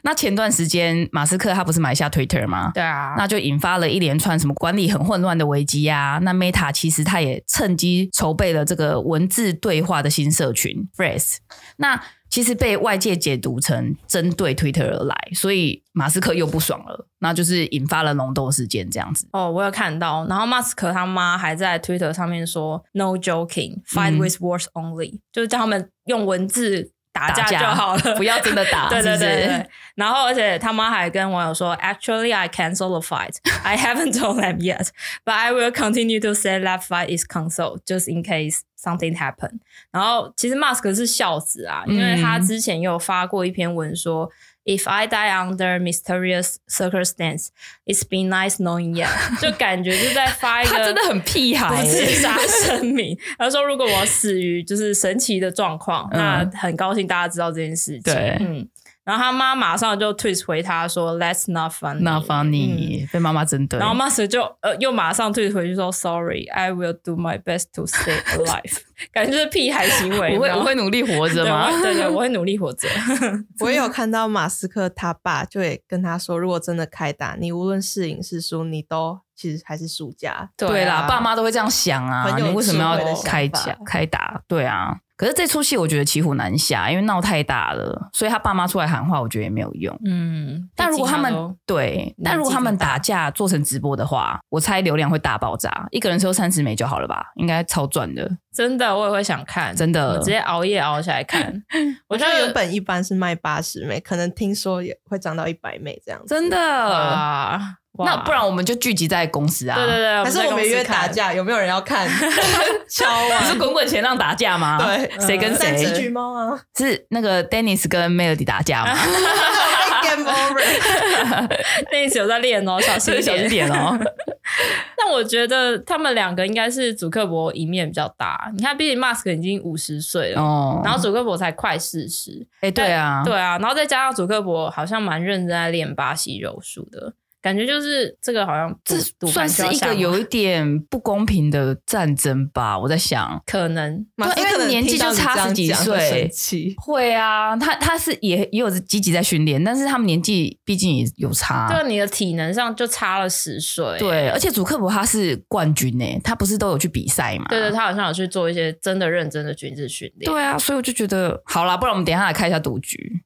Speaker 1: 那前段时间马斯克他不是买下 Twitter 吗？
Speaker 3: 对啊，
Speaker 1: 那就引发了一连串什么管理很混乱的危机啊。那 Meta 其实他也趁机筹备了这个文字对话的新社群 Phrase。那其实被外界解读成针对 Twitter 而来，所以马斯克又不爽了，那就是引发了龙洞事件这样子。
Speaker 3: 哦，我有看到。然后马斯克他妈还在 Twitter 上面说 “No joking, fight
Speaker 1: 嗯
Speaker 3: with words only”，、就是叫他们用文字打
Speaker 1: 打
Speaker 3: 架就好了，
Speaker 1: 不要真的打，
Speaker 3: 对对
Speaker 1: 是不
Speaker 3: 对
Speaker 1: 是
Speaker 3: 对对，然后而且他妈还跟网友说，Actually, I cancel the fight. I haven't told them yet, but I will continue to say that fight is canceled just in case something happen. 然后其实 Musk 是孝子啊，因为他
Speaker 1: 嗯
Speaker 3: 之前也有发过一篇文说。If I die under mysterious circumstance, it's been nice knowing you. 就感觉就在发一个
Speaker 1: 他真的很屁孩
Speaker 3: 不自
Speaker 1: 欸，
Speaker 3: 杀声明。他说：“如果我死于就是神奇的状况，
Speaker 1: 嗯
Speaker 3: 那很高兴大家知道这件事情。”
Speaker 1: 对
Speaker 3: 嗯。然后他妈马上就 tweet 回他说：“That's not funny。”嗯
Speaker 1: 那 funny 被妈妈针对，
Speaker 3: 然后 Master 就呃又马上 tweet 回去说：“Sorry, I will do my best to stay alive。” 感觉就是屁孩行为。
Speaker 1: 我会
Speaker 3: 你知道
Speaker 1: 我
Speaker 3: 吗
Speaker 1: 会努力活着
Speaker 3: 对
Speaker 1: 吗？
Speaker 3: 我对对，我会努力活着。
Speaker 1: 嗯
Speaker 2: 我也有看到马斯克他爸就也跟他说，如果真的开打，你无论是赢是输，你都其实还是输家。
Speaker 1: 对啦，
Speaker 2: 啊
Speaker 1: 爸妈都会这样想啊，
Speaker 2: 很
Speaker 1: 你
Speaker 2: 有
Speaker 1: 为什么
Speaker 2: 智慧
Speaker 1: 要
Speaker 2: 的想
Speaker 1: 开
Speaker 2: 法
Speaker 1: 打开打？对啊，可是这出戏我觉得骑虎难下，因为闹太大了，所以他爸妈出来喊话，我觉得也没有用。
Speaker 3: 嗯，
Speaker 1: 但如果他
Speaker 3: 毕竟都
Speaker 1: 们对，但如果他们打架做成直播的话，我猜流量会大爆炸，一个人收三十枚就好了吧，应该超赚的，
Speaker 3: 真的，我也会想看，
Speaker 1: 真的
Speaker 3: 我直接熬夜熬起来 看。我
Speaker 2: 我
Speaker 3: 觉
Speaker 2: 像
Speaker 3: 得有
Speaker 2: 原本一般是卖八十枚，可能听说也会涨到一百枚这样子。
Speaker 1: 真的。
Speaker 3: 哇，哇
Speaker 1: 那不然我们就聚集在公司啊，
Speaker 3: 对对对，
Speaker 2: 还是
Speaker 3: 在
Speaker 2: 我
Speaker 3: 公
Speaker 2: 们
Speaker 3: 司
Speaker 2: 约
Speaker 3: 看
Speaker 2: 打架，有没有人 要看？ 敲
Speaker 1: 你是
Speaker 2: 啊！
Speaker 1: 滚滚前浪打架吗？
Speaker 2: 对嗯
Speaker 1: 谁跟
Speaker 2: 三只
Speaker 1: 谁
Speaker 2: 橘？猫啊
Speaker 1: 是那个 Dennis 跟 Melody 打架吗？
Speaker 2: ！Game over。
Speaker 3: 那一次有在练 哦，小心
Speaker 1: 这个
Speaker 3: 一
Speaker 1: 小心
Speaker 3: 点。
Speaker 1: 点哦。
Speaker 3: 但我觉得他们两个应该是祖克伯一面比较大。你看，毕竟 Mask 已经五十岁了，
Speaker 1: 哦，
Speaker 3: 然后祖克伯才快四十。
Speaker 1: 哎，对啊，
Speaker 3: 对啊，然后再加上祖克伯好像蛮认真在练巴西柔术的。感觉就是这个好像
Speaker 1: 这
Speaker 3: 赌
Speaker 1: 算是一个有一点不公平的战争吧？我在想，
Speaker 3: 可能
Speaker 2: 马斯
Speaker 1: 因为
Speaker 2: 克
Speaker 1: 年纪
Speaker 2: 听到
Speaker 1: 就
Speaker 2: 你这
Speaker 1: 差
Speaker 2: 样
Speaker 1: 十几
Speaker 2: 讲会
Speaker 1: 岁
Speaker 2: 生气
Speaker 1: 会啊，他他是也也有积极在训练，但是他们年纪毕竟也有差。
Speaker 3: 对啊你的体能上就差了十岁。
Speaker 1: 对啊而且主克伯他是冠军呢、他不是都有去比赛嘛？
Speaker 3: 对对，他好像有去做一些真的认真的军事训练。
Speaker 1: 对啊，所以我就觉得好啦，不然我们等一下来开一下赌局。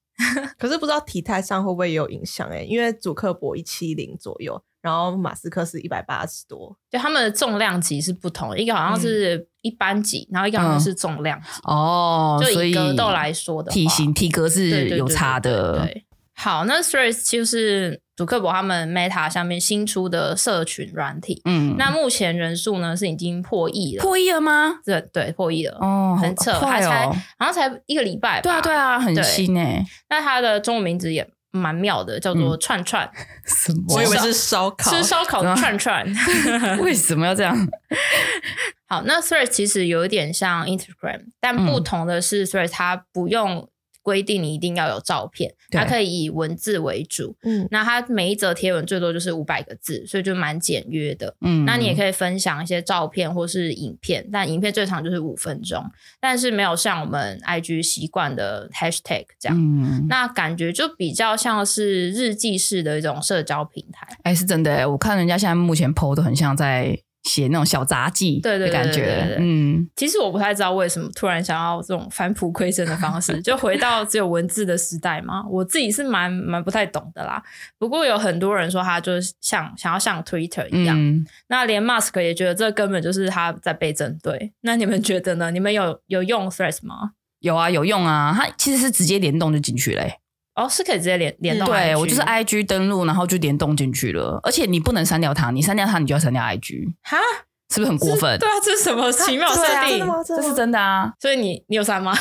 Speaker 2: 可是不知道体态上会不会也有影响哎、欸，因为祖克伯一七零左右，然后马斯克是一百八十多，
Speaker 3: 就他们的重量级是不同，一个
Speaker 1: 嗯
Speaker 3: 好像是一般级，然后一个好像是重量级。
Speaker 1: 哦，
Speaker 3: 就
Speaker 1: 所
Speaker 3: 以
Speaker 1: 以
Speaker 3: 格斗来说的话
Speaker 1: 体型体格
Speaker 3: 对
Speaker 1: 是
Speaker 3: 对对
Speaker 1: 有差
Speaker 3: 对
Speaker 1: 的。
Speaker 3: 对好，那 Threads 就是祖克伯他们 Meta 下面新出的社群软体，
Speaker 1: 嗯，
Speaker 3: 那目前人数呢是已经破亿了，
Speaker 1: 破亿了吗？
Speaker 3: 对对，破亿了。
Speaker 1: 哦，
Speaker 3: 很扯
Speaker 1: 好
Speaker 3: 还
Speaker 1: 快
Speaker 3: 才
Speaker 1: 哦！
Speaker 3: 好像才一个礼拜
Speaker 1: 对啊，
Speaker 3: 吧。
Speaker 1: 对。啊，很
Speaker 3: 对
Speaker 1: 新哎、
Speaker 3: 那它的中文名字也蛮妙的，叫
Speaker 1: 嗯
Speaker 3: 做串串，
Speaker 1: 什么
Speaker 2: 我以为是烧烤，
Speaker 3: 吃烧烤的
Speaker 1: 嗯
Speaker 3: 串 串。
Speaker 1: 为什么要这样？
Speaker 3: 好，那 Threads 其实有一点像 Instagram，但不
Speaker 1: 嗯
Speaker 3: 同的是 Threads 它不用规定你一定要有照片，
Speaker 1: 对
Speaker 3: 它可以以文字为主。
Speaker 2: 嗯，
Speaker 3: 那它每一则贴文最多就是五百个字，所以就蛮简约的。
Speaker 1: 嗯，
Speaker 3: 那你也可以分享一些照片或是影片，但影片最长就是五分钟，但是没有像我们 IG 习惯的 hashtag 这样。
Speaker 1: 嗯，
Speaker 3: 那感觉就比较像是日记式的一种社交平台，
Speaker 1: 哎、是真的、哎，我看人家现在目前 PO 都很像在写那种小杂技
Speaker 3: 对
Speaker 1: 的
Speaker 3: 对对
Speaker 1: 感觉，
Speaker 3: 对对对
Speaker 1: 嗯，
Speaker 3: 其实我不太知道为什么突然想要这种返璞归真的 方式，就回到只有文字的时代嘛。我自己是蛮蛮不太懂的啦。不过有很多人说他就是像想要像 Twitter 一样，
Speaker 1: 嗯，
Speaker 3: 那连 Musk 也觉得这根本就是他在被针对。那你们觉得呢？你们有有用 Threads 吗？
Speaker 1: 有啊，有用啊，它其实是直接联动就进去了、哎
Speaker 3: 哦，是可以直接连连到 IG、
Speaker 1: 对我就是 IG 登录，然后就联动进去了，而且你不能删掉它，你删掉它，你就要删掉 IG，
Speaker 3: 哈，
Speaker 1: 是不是很过分
Speaker 3: 这？对啊，这是什么奇妙设
Speaker 2: 对啊真
Speaker 3: 定
Speaker 2: 的？吗？
Speaker 1: 这是
Speaker 2: 吗
Speaker 1: 真的啊，
Speaker 3: 所以你你有删吗？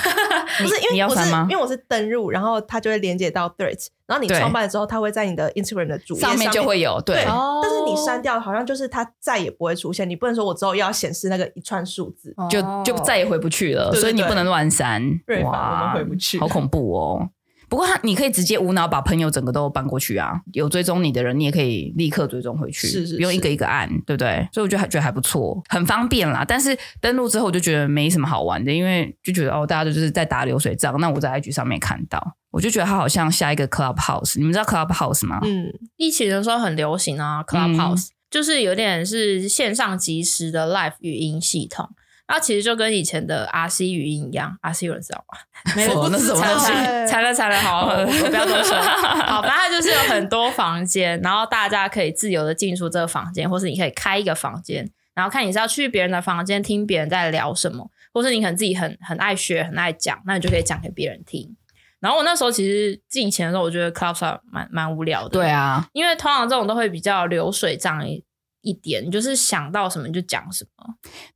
Speaker 2: 不是因
Speaker 1: 你
Speaker 2: 为
Speaker 1: 要
Speaker 2: 我是
Speaker 1: 删吗
Speaker 2: 因为我是登入，然后它就会连接到 Threads，然后你
Speaker 1: 对
Speaker 2: 创办了之后，它会在你的 Instagram 的主页
Speaker 1: 上面
Speaker 2: 面
Speaker 1: 就会有，对
Speaker 2: 对。
Speaker 3: 哦
Speaker 2: 但是你删掉，好像就是它再也不会出现。你不能说我之后又要显示那个一串数字，
Speaker 1: 就
Speaker 3: 哦
Speaker 1: 就再也回不去了，
Speaker 2: 对对
Speaker 1: 所以你
Speaker 2: 对
Speaker 1: 不能乱删
Speaker 2: 对，
Speaker 1: 哇，
Speaker 2: 反正回不去
Speaker 1: 好恐怖哦。不过他你可以直接无脑把朋友整个都搬过去啊，有追踪你的人，你也可以立刻追踪回去，
Speaker 2: 是是
Speaker 1: 不用一
Speaker 2: 是
Speaker 1: 个一个按，对不对？所以我觉得还觉得还不错，很方便啦。但是登录之后我就觉得没什么好玩的，因为就觉得哦，大家就是在打流水账。那我在 IG 上面看到，我就觉得它好像下一个 Clubhouse，你们知道 Clubhouse 吗？
Speaker 2: 嗯，
Speaker 3: 疫情的时候很流行啊，Clubhouse、就是有点是线上即时的 live 语音系统。然后其实就跟以前的 RC 语音一样，RC 有人知道吗？
Speaker 1: 没有那什么
Speaker 3: 惨
Speaker 1: 东
Speaker 3: 了
Speaker 1: 西
Speaker 3: 惨了惨了惨了，好，我我不要多说。好，
Speaker 2: 好
Speaker 3: 反正它就是有很多房间，然后大家可以自由的进出这个房间，或是你可以开一个房间，然后看你是要去别人的房间听别人在聊什么，或是你可能自己很很爱学很爱讲，那你就可以讲给别人听。然后我那时候其实进前的时候，我觉得 Clubhouse 蛮蛮无聊的，
Speaker 1: 对啊，
Speaker 3: 因为通常这种都会比较流水账一一点，你就是想到什么你就讲什么。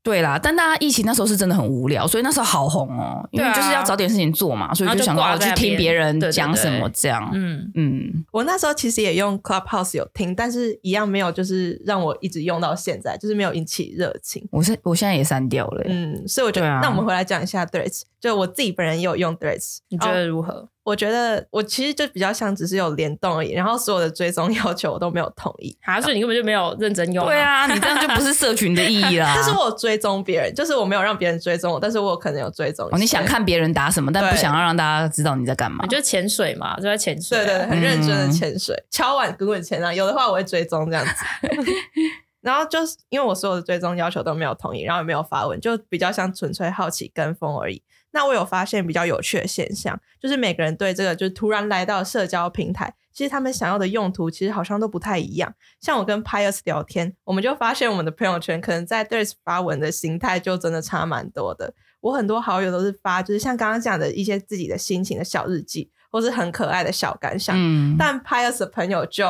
Speaker 1: 对啦，但大家疫情那时候是真的很无聊，所以那时候好红哦，因为
Speaker 3: 对啊
Speaker 1: 就是要找点事情做嘛，所以
Speaker 3: 然后就
Speaker 1: 想
Speaker 3: 挂
Speaker 1: 要
Speaker 3: 在
Speaker 1: 去
Speaker 3: 那
Speaker 1: 听
Speaker 3: 边
Speaker 1: 别人
Speaker 3: 对对
Speaker 1: 讲
Speaker 3: 对
Speaker 1: 什么这样。
Speaker 3: 嗯，
Speaker 1: 嗯，
Speaker 2: 我那时候其实也用 Clubhouse 有听，但是一样没有，就是让我一直用到现在，就是没有引起热情。
Speaker 1: 我现我现在也删掉了欸。
Speaker 2: 嗯，所以我觉得，
Speaker 1: 对啊
Speaker 2: 那我们回来讲一下 Threads，就我自己本人也有用 Threads，
Speaker 3: 你觉得如何？
Speaker 2: 我觉得我其实就比较像只是有联动而已，然后所有的追踪 要求我都没有同意，
Speaker 3: 还啊是你根本就没有认真用、
Speaker 1: 对，啊，你这样就不是社群的意义 啦。
Speaker 2: 但是我有追踪别人，就是我没有让别人追踪我，但是我可能有追踪一些、
Speaker 1: 哦，你想看别人打什么，但不
Speaker 2: 对
Speaker 1: 想要让大家知道你在干嘛
Speaker 3: 你。就潜水嘛，就在潜水、
Speaker 2: 对对，
Speaker 3: 啊。
Speaker 2: 对很认真的
Speaker 1: 嗯
Speaker 2: 潜水，敲碗滚滚前浪，啊有的话我会追踪这样子。然后就是因为我所有的追踪要求都没有同意，然后也没有发文，就比较像纯粹好奇跟风而已。那我有发现比较有趣的现象，就是每个人对这个就是突然来到社交平台，其实他们想要的用途其实好像都不太一样。像我跟 Pius 聊天，我们就发现我们的朋友圈可能在 Threads 发文的形态就真的差蛮多的。我很多好友都是发，就是像刚刚讲的一些自己的心情的小日记，或是很可爱的小感想。
Speaker 1: 嗯，
Speaker 2: 但 Pius 的朋友就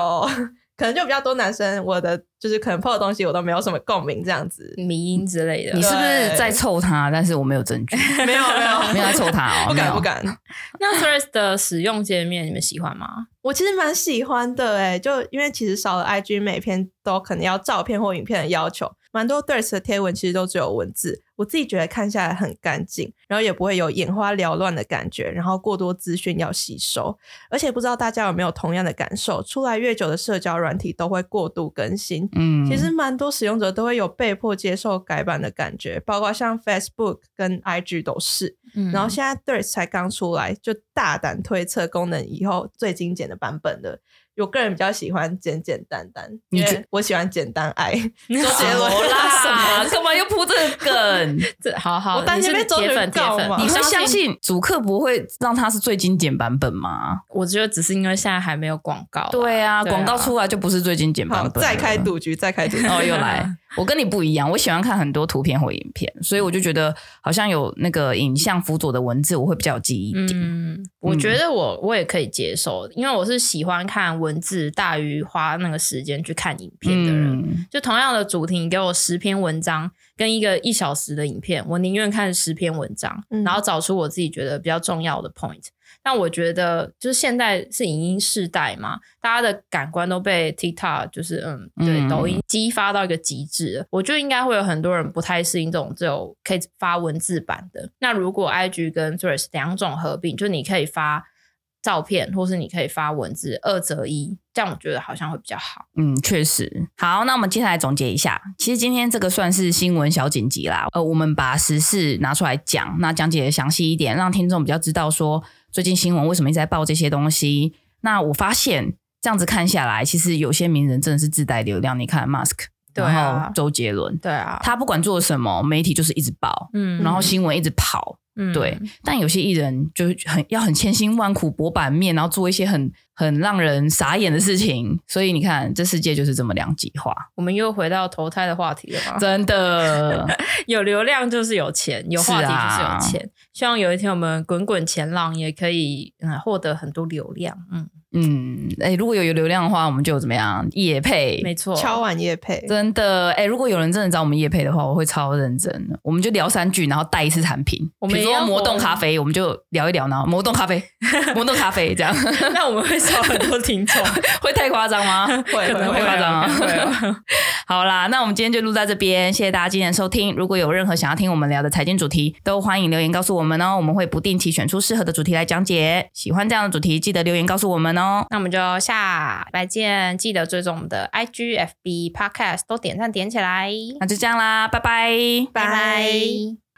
Speaker 2: 可能就比较多男生，我的就是可能 PO 的东西我都没有什么共鸣这样子。
Speaker 3: 迷音之类的。
Speaker 1: 你是不是
Speaker 2: 对
Speaker 1: 在凑他？但是我没有证据，
Speaker 2: 没有没有
Speaker 1: 没有在凑他 哦，
Speaker 2: 不
Speaker 1: 没
Speaker 2: 敢
Speaker 1: 有
Speaker 2: 不。敢。
Speaker 3: 那 Threads 的使用界面你们喜欢吗？
Speaker 2: 我其实蛮喜欢的哎、就因为其实少了 IG 每篇都可能要照片或影片的要求，蛮多 Threads 的贴文其实都只有文字，我自己觉得看下来很干净，然后也不会有眼花缭乱的感觉，然后过多资讯要吸收，而且不知道大家有没有同样的感受，出来越久的社交软体都会过度更新，
Speaker 1: 嗯，
Speaker 2: 其实蛮多使用者都会有被迫接受改版的感觉，包括像 Facebook 跟 IG 都是。
Speaker 3: 嗯
Speaker 2: 然后现在 Threads 才刚出来，就大胆推测功能以后最精简的版本了。我个人比较喜欢简简单单，
Speaker 1: 你
Speaker 2: 因
Speaker 1: 觉
Speaker 2: 为我喜欢简单爱。
Speaker 3: 周
Speaker 2: 杰伦
Speaker 1: 好啦，
Speaker 3: 啦，
Speaker 1: 干嘛又铺这个梗？
Speaker 3: 这好好，
Speaker 2: 我担心
Speaker 3: 你是
Speaker 2: 被周杰
Speaker 3: 铁
Speaker 2: 伦
Speaker 3: 粉铁
Speaker 2: 告
Speaker 3: 粉
Speaker 2: 嘛，
Speaker 1: 你会
Speaker 3: 相
Speaker 1: 相？信主客不会让他是最精简版本吗？
Speaker 3: 我觉得只是因为现在还没有广告、
Speaker 1: 对啊，
Speaker 3: 对啊
Speaker 1: 广告出来就不是最精简版
Speaker 2: 好，
Speaker 1: 本了。
Speaker 2: 再开赌局，再开赌局。
Speaker 1: 哦， 又来。 我跟你不一样，我喜欢看很多图片或影片，所以我就觉得好像有那个影像辅佐的文字，我会比较有记忆点。
Speaker 3: 嗯，我觉得我我也可以接受，因为我是喜欢看文字大于花那个时间去看影片的人。
Speaker 1: 嗯，
Speaker 3: 就同样的主题，你给我十篇文章跟一个一小时的影片，我宁愿看十篇文章，
Speaker 2: 嗯
Speaker 3: 然后找出我自己觉得比较重要的 point。但我觉得，就是现在是影音世代嘛，大家的感官都被 TikTok 就是嗯，对，
Speaker 1: 嗯
Speaker 3: 抖音激发到一个极致了。我觉得应该会有很多人不太适应这种只有可以发文字版的。那如果 IG 跟 Threads 两种合并，就你可以发照片，或是你可以发文字，二择一，这样我觉得好像会比较好。
Speaker 1: 嗯，确实。好，那我们接下来总结一下，其实今天这个算是新闻小紧急啦。呃，我们把时事拿出来讲，那讲解的详细一点，让听众比较知道说最近新闻为什么一直在报这些东西。那我发现这样子看下来，其实有些名人真的是自带流量。你看 Mask，
Speaker 3: 对啊
Speaker 1: 然后周杰伦，
Speaker 3: 对啊，
Speaker 1: 他不管做什么，媒体就是一直报，
Speaker 3: 嗯
Speaker 1: 然后新闻一直跑。
Speaker 3: 嗯
Speaker 1: 对，但有些艺人就是很要很千辛万苦博版面，然后做一些很很让人傻眼的事情，所以你看这世界就是这么两极化，
Speaker 3: 我们又回到投胎的话题了嘛？
Speaker 1: 真的。
Speaker 3: 有流量就是有钱，有话题就是有钱。希望有一天我们滚滚前浪也可以嗯获得很多流量。嗯，
Speaker 1: 嗯，哎、如果有有流量的话，我们就怎么样夜
Speaker 3: 没
Speaker 1: 配。
Speaker 3: 错。
Speaker 2: 敲碗夜配，
Speaker 1: 真的，哎、如果有人真的找我们夜配的话，我会超认真的。我们就聊三句，然后带一次产品。
Speaker 3: 我们
Speaker 1: 比
Speaker 3: 也
Speaker 1: 如说
Speaker 3: 要
Speaker 1: 魔动
Speaker 3: 活
Speaker 1: 咖啡，我们就聊一聊，然后魔动咖啡， 魔动咖啡这样
Speaker 3: 那我们会收很多听众，
Speaker 1: 会太夸张吗？
Speaker 2: 会
Speaker 1: 可能
Speaker 2: 会
Speaker 1: 会
Speaker 2: 会
Speaker 1: 夸张
Speaker 3: 可能
Speaker 1: 啊
Speaker 3: 会。
Speaker 1: 好啦，那我们今天就录到这边，谢谢大家今天的收听。如果有任何想要听我们聊的财经主题，都欢迎留言告诉我们哦，我们会不定期选出适合的主题来讲解。喜欢这样的主题，记得留言告诉我们哦。
Speaker 3: 那我们就下礼拜见，记得追踪我们的 IG、FB、Podcast，都点赞点起来。
Speaker 1: 那就这样啦，拜拜。
Speaker 2: 拜
Speaker 3: 拜